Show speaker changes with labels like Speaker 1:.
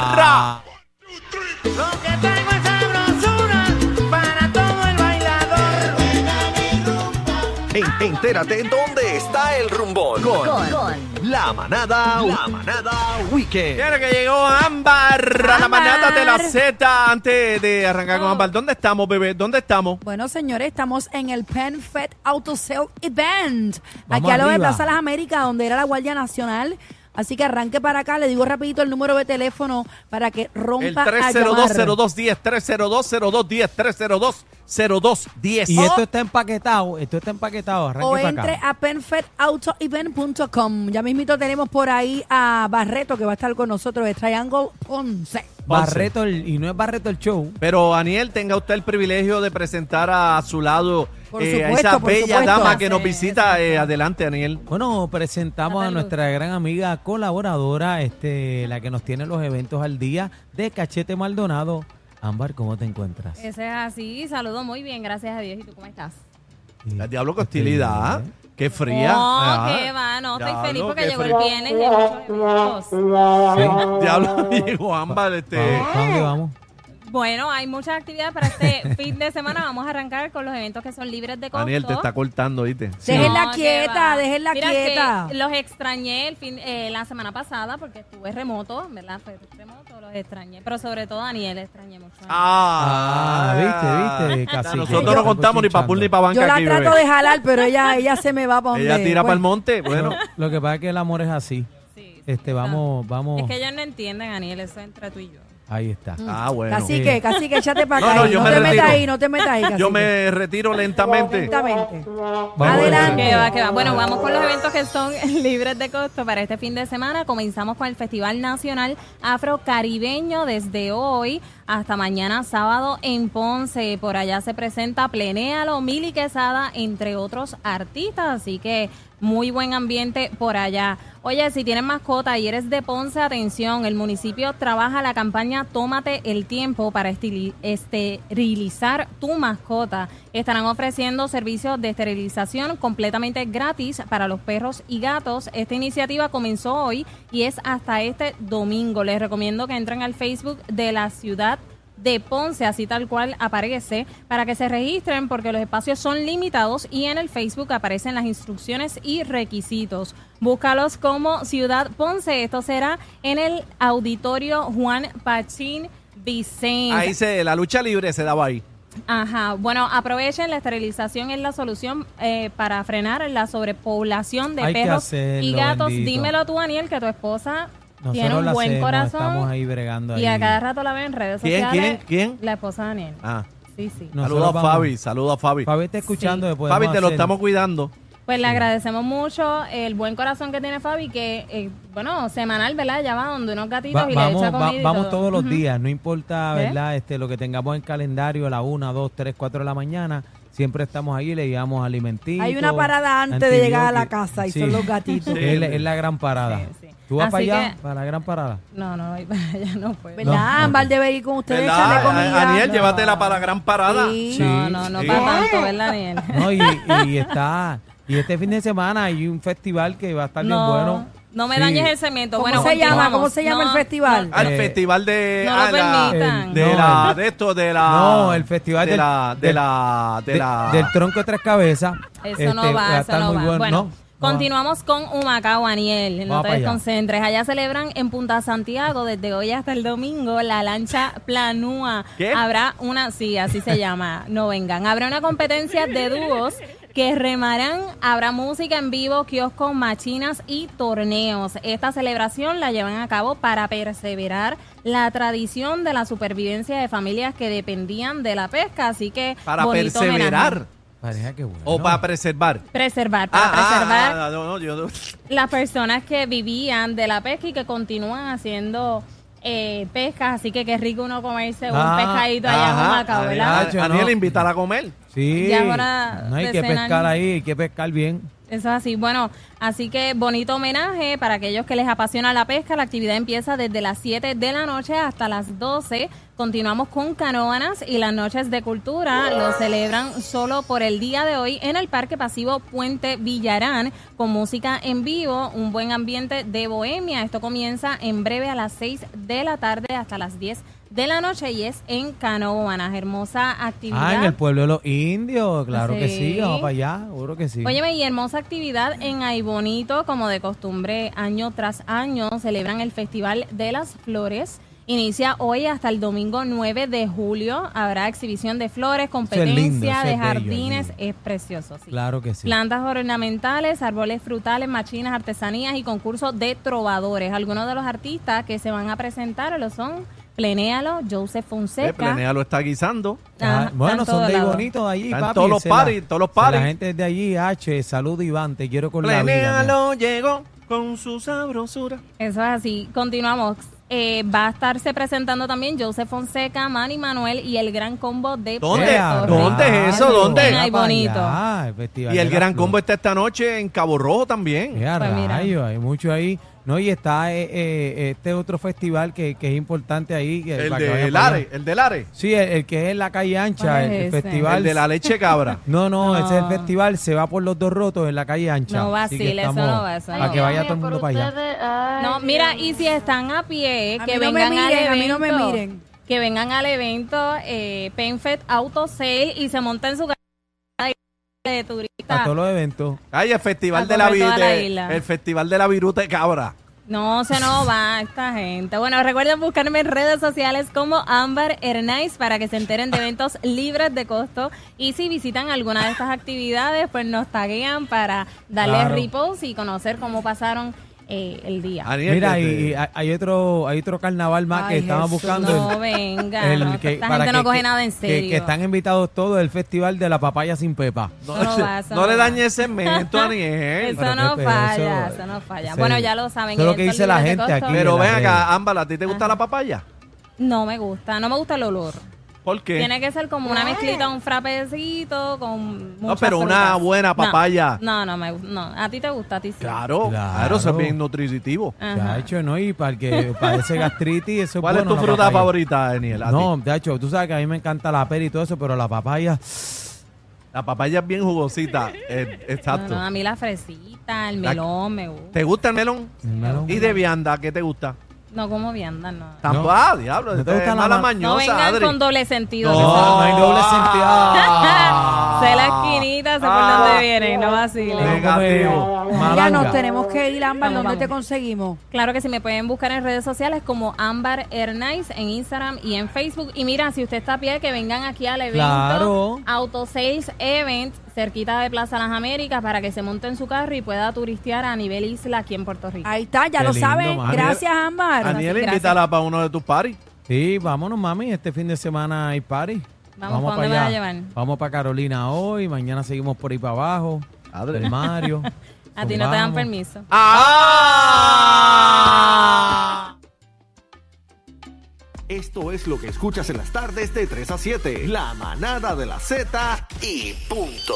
Speaker 1: Ra.
Speaker 2: Lo que traigo es sabrosura para todo el bailador.
Speaker 3: En- entérate dónde está el rumbón. Con, la manada, la manada weekend.
Speaker 1: Claro que llegó Ámbar a la
Speaker 4: Ámbar. Oh.
Speaker 1: manada de la Z antes de arrancar con Ámbar. ¿Dónde estamos, bebé? ¿Dónde estamos?
Speaker 4: Bueno, señores, estamos en el PenFed Auto Sale Event.
Speaker 1: Vamos
Speaker 4: aquí a lo de
Speaker 1: arriba.
Speaker 4: Plaza Las Américas, donde era la Guardia Nacional. Así que arranque para acá. Le digo rapidito el número de teléfono para que rompa
Speaker 1: El
Speaker 4: a llamar.
Speaker 1: 302-0210, 302-0210, 302-0210.
Speaker 5: Y esto está empaquetado, esto está empaquetado, arranque
Speaker 4: O
Speaker 5: para
Speaker 4: entre
Speaker 5: acá.
Speaker 4: a penfedautoevent.com. Ya mismito tenemos por ahí a Barreto, que va a estar con nosotros, de Triangle Ponce.
Speaker 5: Barreto el- y no es Barreto el show.
Speaker 1: Pero, Aniel, tenga usted el privilegio de presentar a su lado
Speaker 4: Por
Speaker 1: eh, a
Speaker 4: supuesto,
Speaker 1: esa
Speaker 4: por
Speaker 1: bella
Speaker 4: supuesto.
Speaker 1: dama que nos
Speaker 4: Sí,
Speaker 1: visita. Eh, adelante, Aniel.
Speaker 5: Bueno, presentamos a nuestra gran amiga colaboradora, este, la que nos tiene los eventos al día de Cachete Maldonado. Ámbar, ¿cómo te encuentras?
Speaker 6: Eso es así, saludo muy bien, gracias a Dios. ¿Y tú cómo estás?
Speaker 1: La diablo con
Speaker 5: este,
Speaker 1: hostilidad. ¿eh?
Speaker 5: Estoy bien.
Speaker 1: Qué fría.
Speaker 4: Oh,
Speaker 6: No,
Speaker 1: Ah.
Speaker 6: Oh, qué va, no, estoy
Speaker 1: Diablo,
Speaker 6: feliz porque
Speaker 1: qué
Speaker 6: llegó
Speaker 1: frío.
Speaker 6: el viernes y hay muchos eventos.
Speaker 5: Sí.
Speaker 1: Diablo, llegó Ámbar. Este,
Speaker 4: Oh,
Speaker 5: ¿Para dónde vamos?
Speaker 6: Bueno, hay muchas actividades para este fin de semana. Vamos a arrancar con los eventos que son libres de costo.
Speaker 1: Aniel, te está cortando, ¿viste?
Speaker 5: Sí.
Speaker 4: Déjenla
Speaker 6: No, qué
Speaker 4: quieta,
Speaker 6: va.
Speaker 4: déjenla
Speaker 6: Mira
Speaker 4: quieta.
Speaker 6: que los extrañé el fin, eh, la semana pasada porque estuve remoto, ¿verdad? Fue remoto, los extrañé. Pero sobre todo a Daniel, extrañé mucho.
Speaker 1: Ah,
Speaker 5: Ah, viste, viste, cacique.
Speaker 1: Nosotros no
Speaker 5: Estamos
Speaker 1: contamos ni para pool ni para banca
Speaker 4: Yo la
Speaker 1: aquí,
Speaker 4: trato
Speaker 1: bebé.
Speaker 4: de jalar, pero ella, ella se me va para donde. pues.
Speaker 1: Ella tira para el
Speaker 4: bueno.
Speaker 1: monte. Bueno,
Speaker 5: Lo que pasa es que el amor es así.
Speaker 6: Sí, sí,
Speaker 5: Este,
Speaker 6: está.
Speaker 5: vamos, vamos.
Speaker 6: Es que ellos no entienden, Daniel, eso entre tú y yo. Mm.
Speaker 5: Ahí está.
Speaker 1: ah, bueno.
Speaker 4: Cacique,
Speaker 5: Eh.
Speaker 4: cacique, échate para
Speaker 1: No,
Speaker 4: acá.
Speaker 1: no,
Speaker 4: No,
Speaker 1: yo me
Speaker 4: te metas
Speaker 1: retiro.
Speaker 4: ahí, no te metas ahí.
Speaker 1: Yo
Speaker 4: cacique.
Speaker 1: me retiro lentamente.
Speaker 4: Lentamente.
Speaker 5: Vamos.
Speaker 4: Adelante.
Speaker 6: Que va, que va. Bueno, vamos con los eventos que son libres de costo para este fin de semana. Comenzamos con el Festival Nacional Afrocaribeño desde hoy hasta mañana sábado en Ponce. Por allá se presenta Plenéalo, Mili Quesada, entre otros artistas. Así que muy buen ambiente por allá. Oye, si tienes mascota y eres de Ponce, atención, el municipio trabaja la campaña Tómate el tiempo para estili- esterilizar tu mascota. Estarán ofreciendo servicios de esterilización completamente gratis para los perros y gatos. Esta iniciativa comenzó hoy y es hasta este domingo. Les recomiendo que entren al Facebook de la ciudad de Ponce, así tal cual aparece, para que se registren porque los espacios son limitados y en el Facebook aparecen las instrucciones y requisitos. Búscalos como Ciudad Ponce. Esto será en el auditorio Juan Pachín Vicente.
Speaker 1: Ahí se, la lucha libre se daba ahí.
Speaker 6: Ajá, bueno, aprovechen, la esterilización es la solución eh, para frenar la sobrepoblación de
Speaker 5: Hay que
Speaker 6: perros y
Speaker 5: hacerlo,
Speaker 6: gatos.
Speaker 5: bendito.
Speaker 6: Dímelo tú, Daniel, que tu esposa tiene
Speaker 5: Nosotros
Speaker 6: un
Speaker 5: la
Speaker 6: buen
Speaker 5: hacemos, estamos
Speaker 6: corazón
Speaker 5: ahí bregando
Speaker 6: y a
Speaker 5: ahí.
Speaker 6: cada rato la ven en redes
Speaker 1: ¿Quién,
Speaker 6: sociales.
Speaker 1: quién, quién?
Speaker 6: La esposa de Daniel.
Speaker 1: Ah.
Speaker 6: Sí, sí.
Speaker 5: No.
Speaker 1: Saludos a
Speaker 5: vamos.
Speaker 1: Fabi, saludos a Fabi.
Speaker 5: Fabi está escuchando
Speaker 6: Sí.
Speaker 5: después.
Speaker 1: Fabi, te lo estamos cuidando.
Speaker 6: Pues le agradecemos mucho el buen corazón que tiene Fabi, que, eh, bueno, semanal, ¿verdad? Ya va donde unos gatitos
Speaker 5: Va-
Speaker 6: y
Speaker 5: vamos,
Speaker 6: le echa
Speaker 5: va-
Speaker 6: comida. y
Speaker 5: vamos
Speaker 6: todo.
Speaker 5: todos los
Speaker 6: Ujú.
Speaker 5: días, no importa,
Speaker 6: ¿Eh?
Speaker 5: ¿verdad? Este, lo que tengamos en calendario, a la 1, 2, 3, 4 de la mañana, siempre estamos ahí, le llevamos alimentos.
Speaker 4: Hay una parada antes de llegar a la casa y son los gatitos.
Speaker 1: Sí.
Speaker 5: Es, la- es la gran parada.
Speaker 6: Sí, sí.
Speaker 5: ¿Tú vas
Speaker 6: Así
Speaker 5: para allá,
Speaker 6: que-
Speaker 5: para la gran parada?
Speaker 6: No, no, y para allá no puedo.
Speaker 4: ¿Verdad? Ámbar debe ir con ustedes.
Speaker 1: ¿Verdad?
Speaker 4: echarle comida.
Speaker 1: A- Aniel,
Speaker 4: No.
Speaker 1: llévatela para la gran parada.
Speaker 4: Sí.
Speaker 6: No, no, no
Speaker 1: Sí.
Speaker 6: para tanto, ¿verdad, Daniel?
Speaker 5: No, y, y está... Y este fin de semana hay un festival que va a estar
Speaker 6: No,
Speaker 5: bien bueno.
Speaker 6: no me
Speaker 5: Sí.
Speaker 6: dañes el cemento.
Speaker 4: ¿Cómo
Speaker 6: bueno,
Speaker 4: se llama?
Speaker 6: continuamos.
Speaker 4: ¿Cómo se llama
Speaker 6: No,
Speaker 4: el festival?
Speaker 6: no,
Speaker 1: Al
Speaker 5: Eh,
Speaker 1: festival de.
Speaker 6: no lo
Speaker 1: ah, la-
Speaker 6: permitan.
Speaker 1: de
Speaker 5: No,
Speaker 1: la.
Speaker 5: el-
Speaker 1: De esto, de la.
Speaker 5: No, el festival
Speaker 1: de
Speaker 5: del-
Speaker 1: la. De
Speaker 5: del-
Speaker 1: la. De
Speaker 5: De-
Speaker 1: la.
Speaker 5: Del tronco de tres cabezas.
Speaker 6: Eso
Speaker 5: este,
Speaker 6: no
Speaker 5: a
Speaker 6: va, eso
Speaker 5: estar
Speaker 6: no
Speaker 5: muy
Speaker 6: va.
Speaker 5: bueno,
Speaker 6: Bueno,
Speaker 5: no, no va.
Speaker 6: continuamos con Humacao, Aniel. No
Speaker 5: Vamos
Speaker 6: te
Speaker 5: para allá.
Speaker 6: desconcentres. Allá celebran en Punta Santiago desde hoy hasta el domingo la lancha planúa.
Speaker 1: ¿Qué?
Speaker 6: Habrá una, sí, así se llama. No vengan. Habrá una competencia de dúos que remarán. Habrá música en vivo, kioscos, machinas y torneos. Esta celebración la llevan a cabo para perseverar la tradición de la supervivencia de familias que dependían de la pesca. Así que
Speaker 1: para
Speaker 6: bonito homenaje.
Speaker 1: perseverar.
Speaker 5: Pareja, qué bueno.
Speaker 1: O para preservar.
Speaker 6: Preservar, para
Speaker 1: Ah, ah,
Speaker 6: preservar
Speaker 1: ah, no, no, yo.
Speaker 6: las personas que vivían de la pesca y que continúan haciendo eh, pesca, así que qué rico uno comerse un
Speaker 5: Ah,
Speaker 6: pescadito allá en Humacao,
Speaker 1: Ajá,
Speaker 6: ¿verdad?
Speaker 5: Nacho,
Speaker 1: Ah, Aniel,
Speaker 5: no.
Speaker 1: invítala a comer.
Speaker 5: Sí.
Speaker 6: Ya es hora
Speaker 5: no hay
Speaker 6: de
Speaker 5: que
Speaker 6: cenar.
Speaker 5: pescar ahí, hay que pescar bien.
Speaker 6: Eso es así. Bueno, Así que bonito homenaje para aquellos que les apasiona la pesca. La actividad empieza desde las 7 de la noche hasta las 12. Continuamos con Canoanas y las noches de cultura lo celebran solo por el día de hoy en el Parque Pasivo Puente Villarán con música en vivo, un buen ambiente de bohemia. Esto comienza en breve a las 6 de la tarde hasta las 10 de la noche y es en Canoanas. Hermosa actividad.
Speaker 5: Ah, en el pueblo de los indios, claro que sí,
Speaker 6: Sí.
Speaker 5: vamos para allá, seguro que sí.
Speaker 6: Óyeme, y hermosa actividad en Aibonito, como de costumbre, año tras año, celebran el Festival de las Flores. Inicia hoy hasta el domingo 9 de julio. Habrá exhibición de
Speaker 5: es
Speaker 6: flores,
Speaker 5: lindo,
Speaker 6: competencia
Speaker 5: eso
Speaker 6: de
Speaker 5: es bello,
Speaker 6: jardines.
Speaker 5: es
Speaker 6: es precioso, sí.
Speaker 5: claro que sí.
Speaker 6: Plantas ornamentales, árboles frutales, machinas, artesanías y concursos de trovadores. Algunos de los artistas que se van a presentar lo son Plenéalo, Joseph
Speaker 1: Eh,
Speaker 6: Fonseca.
Speaker 1: Planea lo está guisando.
Speaker 5: Ah,
Speaker 6: Ajá,
Speaker 5: bueno,
Speaker 6: están
Speaker 5: son
Speaker 6: todos
Speaker 5: de ahí
Speaker 6: lados.
Speaker 5: bonito de allí,
Speaker 1: Están
Speaker 5: papi.
Speaker 1: todos los
Speaker 5: se la-
Speaker 1: paris, todos los
Speaker 5: se
Speaker 1: paris.
Speaker 5: La gente es de allí, H, salud Iván, te quiero con la vida. mira.
Speaker 1: Planealo llegó con su sabrosura.
Speaker 6: Eso es así. Continuamos. Eh, va a estarse presentando también Joseph Fonseca, Manny Manuel y el gran combo de
Speaker 1: ¿Dónde?
Speaker 6: Puerto Rico.
Speaker 1: ¿Dónde es eso? ¿Dónde?
Speaker 6: En Ay, bonito.
Speaker 5: Ah, el festival
Speaker 1: Y el
Speaker 5: de la
Speaker 1: gran
Speaker 5: flor.
Speaker 1: combo está esta noche en Cabo Rojo también.
Speaker 5: Mira,
Speaker 6: Pues mira.
Speaker 5: rayo, hay mucho ahí. No, y está eh, eh, este otro festival que, que es importante ahí. que-
Speaker 1: El
Speaker 5: para que
Speaker 1: de
Speaker 5: vayan para
Speaker 1: Lare,
Speaker 5: allá.
Speaker 1: el de Lare.
Speaker 5: Sí, el, el que es en la calle ancha,
Speaker 6: ¿Cuál
Speaker 5: el,
Speaker 6: es
Speaker 5: el
Speaker 6: ese?
Speaker 5: festival.
Speaker 1: El de la leche cabra.
Speaker 5: No, no, ese es el
Speaker 6: No.
Speaker 5: festival, se va por los dos rotos en la calle ancha.
Speaker 6: No
Speaker 5: Así que
Speaker 6: vacile, eso
Speaker 5: estamos-
Speaker 6: no va, eso no
Speaker 5: Para que
Speaker 6: va.
Speaker 5: vaya todo el mundo para allá.
Speaker 6: No, mira, y si están a pie,
Speaker 4: A
Speaker 6: que
Speaker 4: mí no me
Speaker 6: vengan al
Speaker 4: miren,
Speaker 6: evento.
Speaker 4: a mí no me miren.
Speaker 6: Que vengan al evento eh, Penfed Auto Sale y se monten su carreta de
Speaker 5: A
Speaker 6: turista.
Speaker 5: todos los eventos.
Speaker 1: Ay, el festival
Speaker 6: A
Speaker 1: de la,
Speaker 6: comer
Speaker 1: vi-
Speaker 6: toda la
Speaker 1: de-
Speaker 6: isla.
Speaker 1: el festival de la viruta de cabra.
Speaker 6: No, se no va esta gente. Bueno, recuerden buscarme en redes sociales como Ámbar Hernández para que se enteren de eventos libres de costo. Y si visitan alguna de estas actividades, pues nos taguean para darle
Speaker 5: Claro.
Speaker 6: repost y conocer cómo pasaron eh, el día.
Speaker 1: Ariel, este-
Speaker 5: Mira,
Speaker 1: que te-
Speaker 5: y, y hay- hay otro hay otro carnaval más que
Speaker 4: Ay,
Speaker 5: estaban
Speaker 4: Jesús.
Speaker 5: buscando. el-
Speaker 6: No, venga.
Speaker 5: el
Speaker 6: no,
Speaker 5: que-
Speaker 6: esta
Speaker 5: para
Speaker 6: gente no
Speaker 5: que-
Speaker 6: coge
Speaker 5: que-
Speaker 6: nada en
Speaker 5: que-
Speaker 6: serio.
Speaker 5: Que, están invitados todos el festival de la papaya sin pepa.
Speaker 1: no,
Speaker 6: Eso no va, eso
Speaker 1: no
Speaker 6: no
Speaker 1: le
Speaker 6: va.
Speaker 1: dañes ese segmento, Aniel.
Speaker 6: Eso
Speaker 5: Pero
Speaker 6: no
Speaker 5: qué
Speaker 6: falla,
Speaker 5: peso.
Speaker 6: eso no falla.
Speaker 5: Sí.
Speaker 6: Bueno, ya lo saben.
Speaker 5: Eso es lo que
Speaker 6: eventos
Speaker 5: dice la
Speaker 6: libres de
Speaker 5: gente
Speaker 6: costo.
Speaker 5: aquí.
Speaker 1: Pero
Speaker 5: la
Speaker 1: ven acá,
Speaker 5: regla.
Speaker 1: Ámbala, ¿a ti te gusta la papaya?
Speaker 6: No me gusta, no me gusta el olor.
Speaker 1: ¿Por qué?
Speaker 6: Tiene que ser como una mezclita, un frapecito con
Speaker 1: No,
Speaker 6: muchas
Speaker 1: pero una
Speaker 6: frutas.
Speaker 1: buena
Speaker 6: No,
Speaker 1: papaya.
Speaker 6: No, no, me, gu- no, a ti te gusta, a ti sí.
Speaker 1: Claro,
Speaker 5: Claro.
Speaker 1: claro, eso es bien nutritivo.
Speaker 6: Ajá.
Speaker 5: Chacho, ¿no? Y para el que padece gastritis, eso es
Speaker 1: ¿Cuál es
Speaker 5: Pues bueno,
Speaker 1: tu
Speaker 5: la
Speaker 1: fruta
Speaker 5: papaya.
Speaker 1: favorita, Daniel? A ti.
Speaker 5: No, de hecho, tú sabes que a mí me encanta la pera y todo eso, pero la papaya,
Speaker 1: La papaya es bien jugosita. eh,
Speaker 6: No,
Speaker 1: exacto.
Speaker 6: no, a mí la fresita, el
Speaker 1: La-
Speaker 6: melón me gusta.
Speaker 1: ¿Te gusta el melón?
Speaker 5: el melón.
Speaker 1: ¿Y de vianda qué te gusta?
Speaker 6: No como vianda, no.
Speaker 1: Tampoco, ah, diablo,
Speaker 5: ¿No te
Speaker 1: esta es
Speaker 5: gusta la
Speaker 1: mala
Speaker 5: ma-
Speaker 1: mañosa,
Speaker 6: No vengan
Speaker 1: Adri.
Speaker 6: con doble sentido. que
Speaker 5: No,
Speaker 6: son-
Speaker 5: no hay doble
Speaker 1: Ah.
Speaker 6: sé la esquinita, sé
Speaker 1: Ah.
Speaker 6: por dónde vienen, no vacilen.
Speaker 5: Uno come
Speaker 1: Negativo.
Speaker 4: Mira,
Speaker 5: malanga.
Speaker 4: nos tenemos que ir, Ámbar,
Speaker 6: Vamos,
Speaker 4: ¿dónde
Speaker 6: vamos.
Speaker 4: te conseguimos?
Speaker 6: Claro que sí, me pueden buscar en redes sociales como Ámbar Hernández en Instagram y en Facebook. Y mira, si usted está a pie, que vengan aquí al evento
Speaker 5: Claro.
Speaker 6: Auto Sales Event, cerquita de Plaza Las Américas, para que se monte en su carro y pueda turistear a nivel isla aquí en Puerto Rico.
Speaker 4: Ahí está, ya
Speaker 5: Qué
Speaker 4: lo
Speaker 5: lindo,
Speaker 4: saben.
Speaker 5: mami.
Speaker 4: Gracias, Ámbar.
Speaker 6: Ani-
Speaker 1: Daniel,
Speaker 6: Gracias.
Speaker 1: invítala para uno de tus paris.
Speaker 5: Sí, vámonos, mami. Este fin de semana hay party.
Speaker 6: Vamos, ¿pa'
Speaker 5: pa'
Speaker 6: dónde me vas a
Speaker 5: allá.
Speaker 6: llevar?
Speaker 5: Vamos para Carolina hoy. Mañana seguimos por ahí para abajo.
Speaker 1: Madre.
Speaker 5: El Mario.
Speaker 6: a ti no te
Speaker 5: Zumbamos.
Speaker 6: dan permiso.
Speaker 3: Esto es lo que escuchas en las tardes de 3 a 7. La manada de la Z y punto.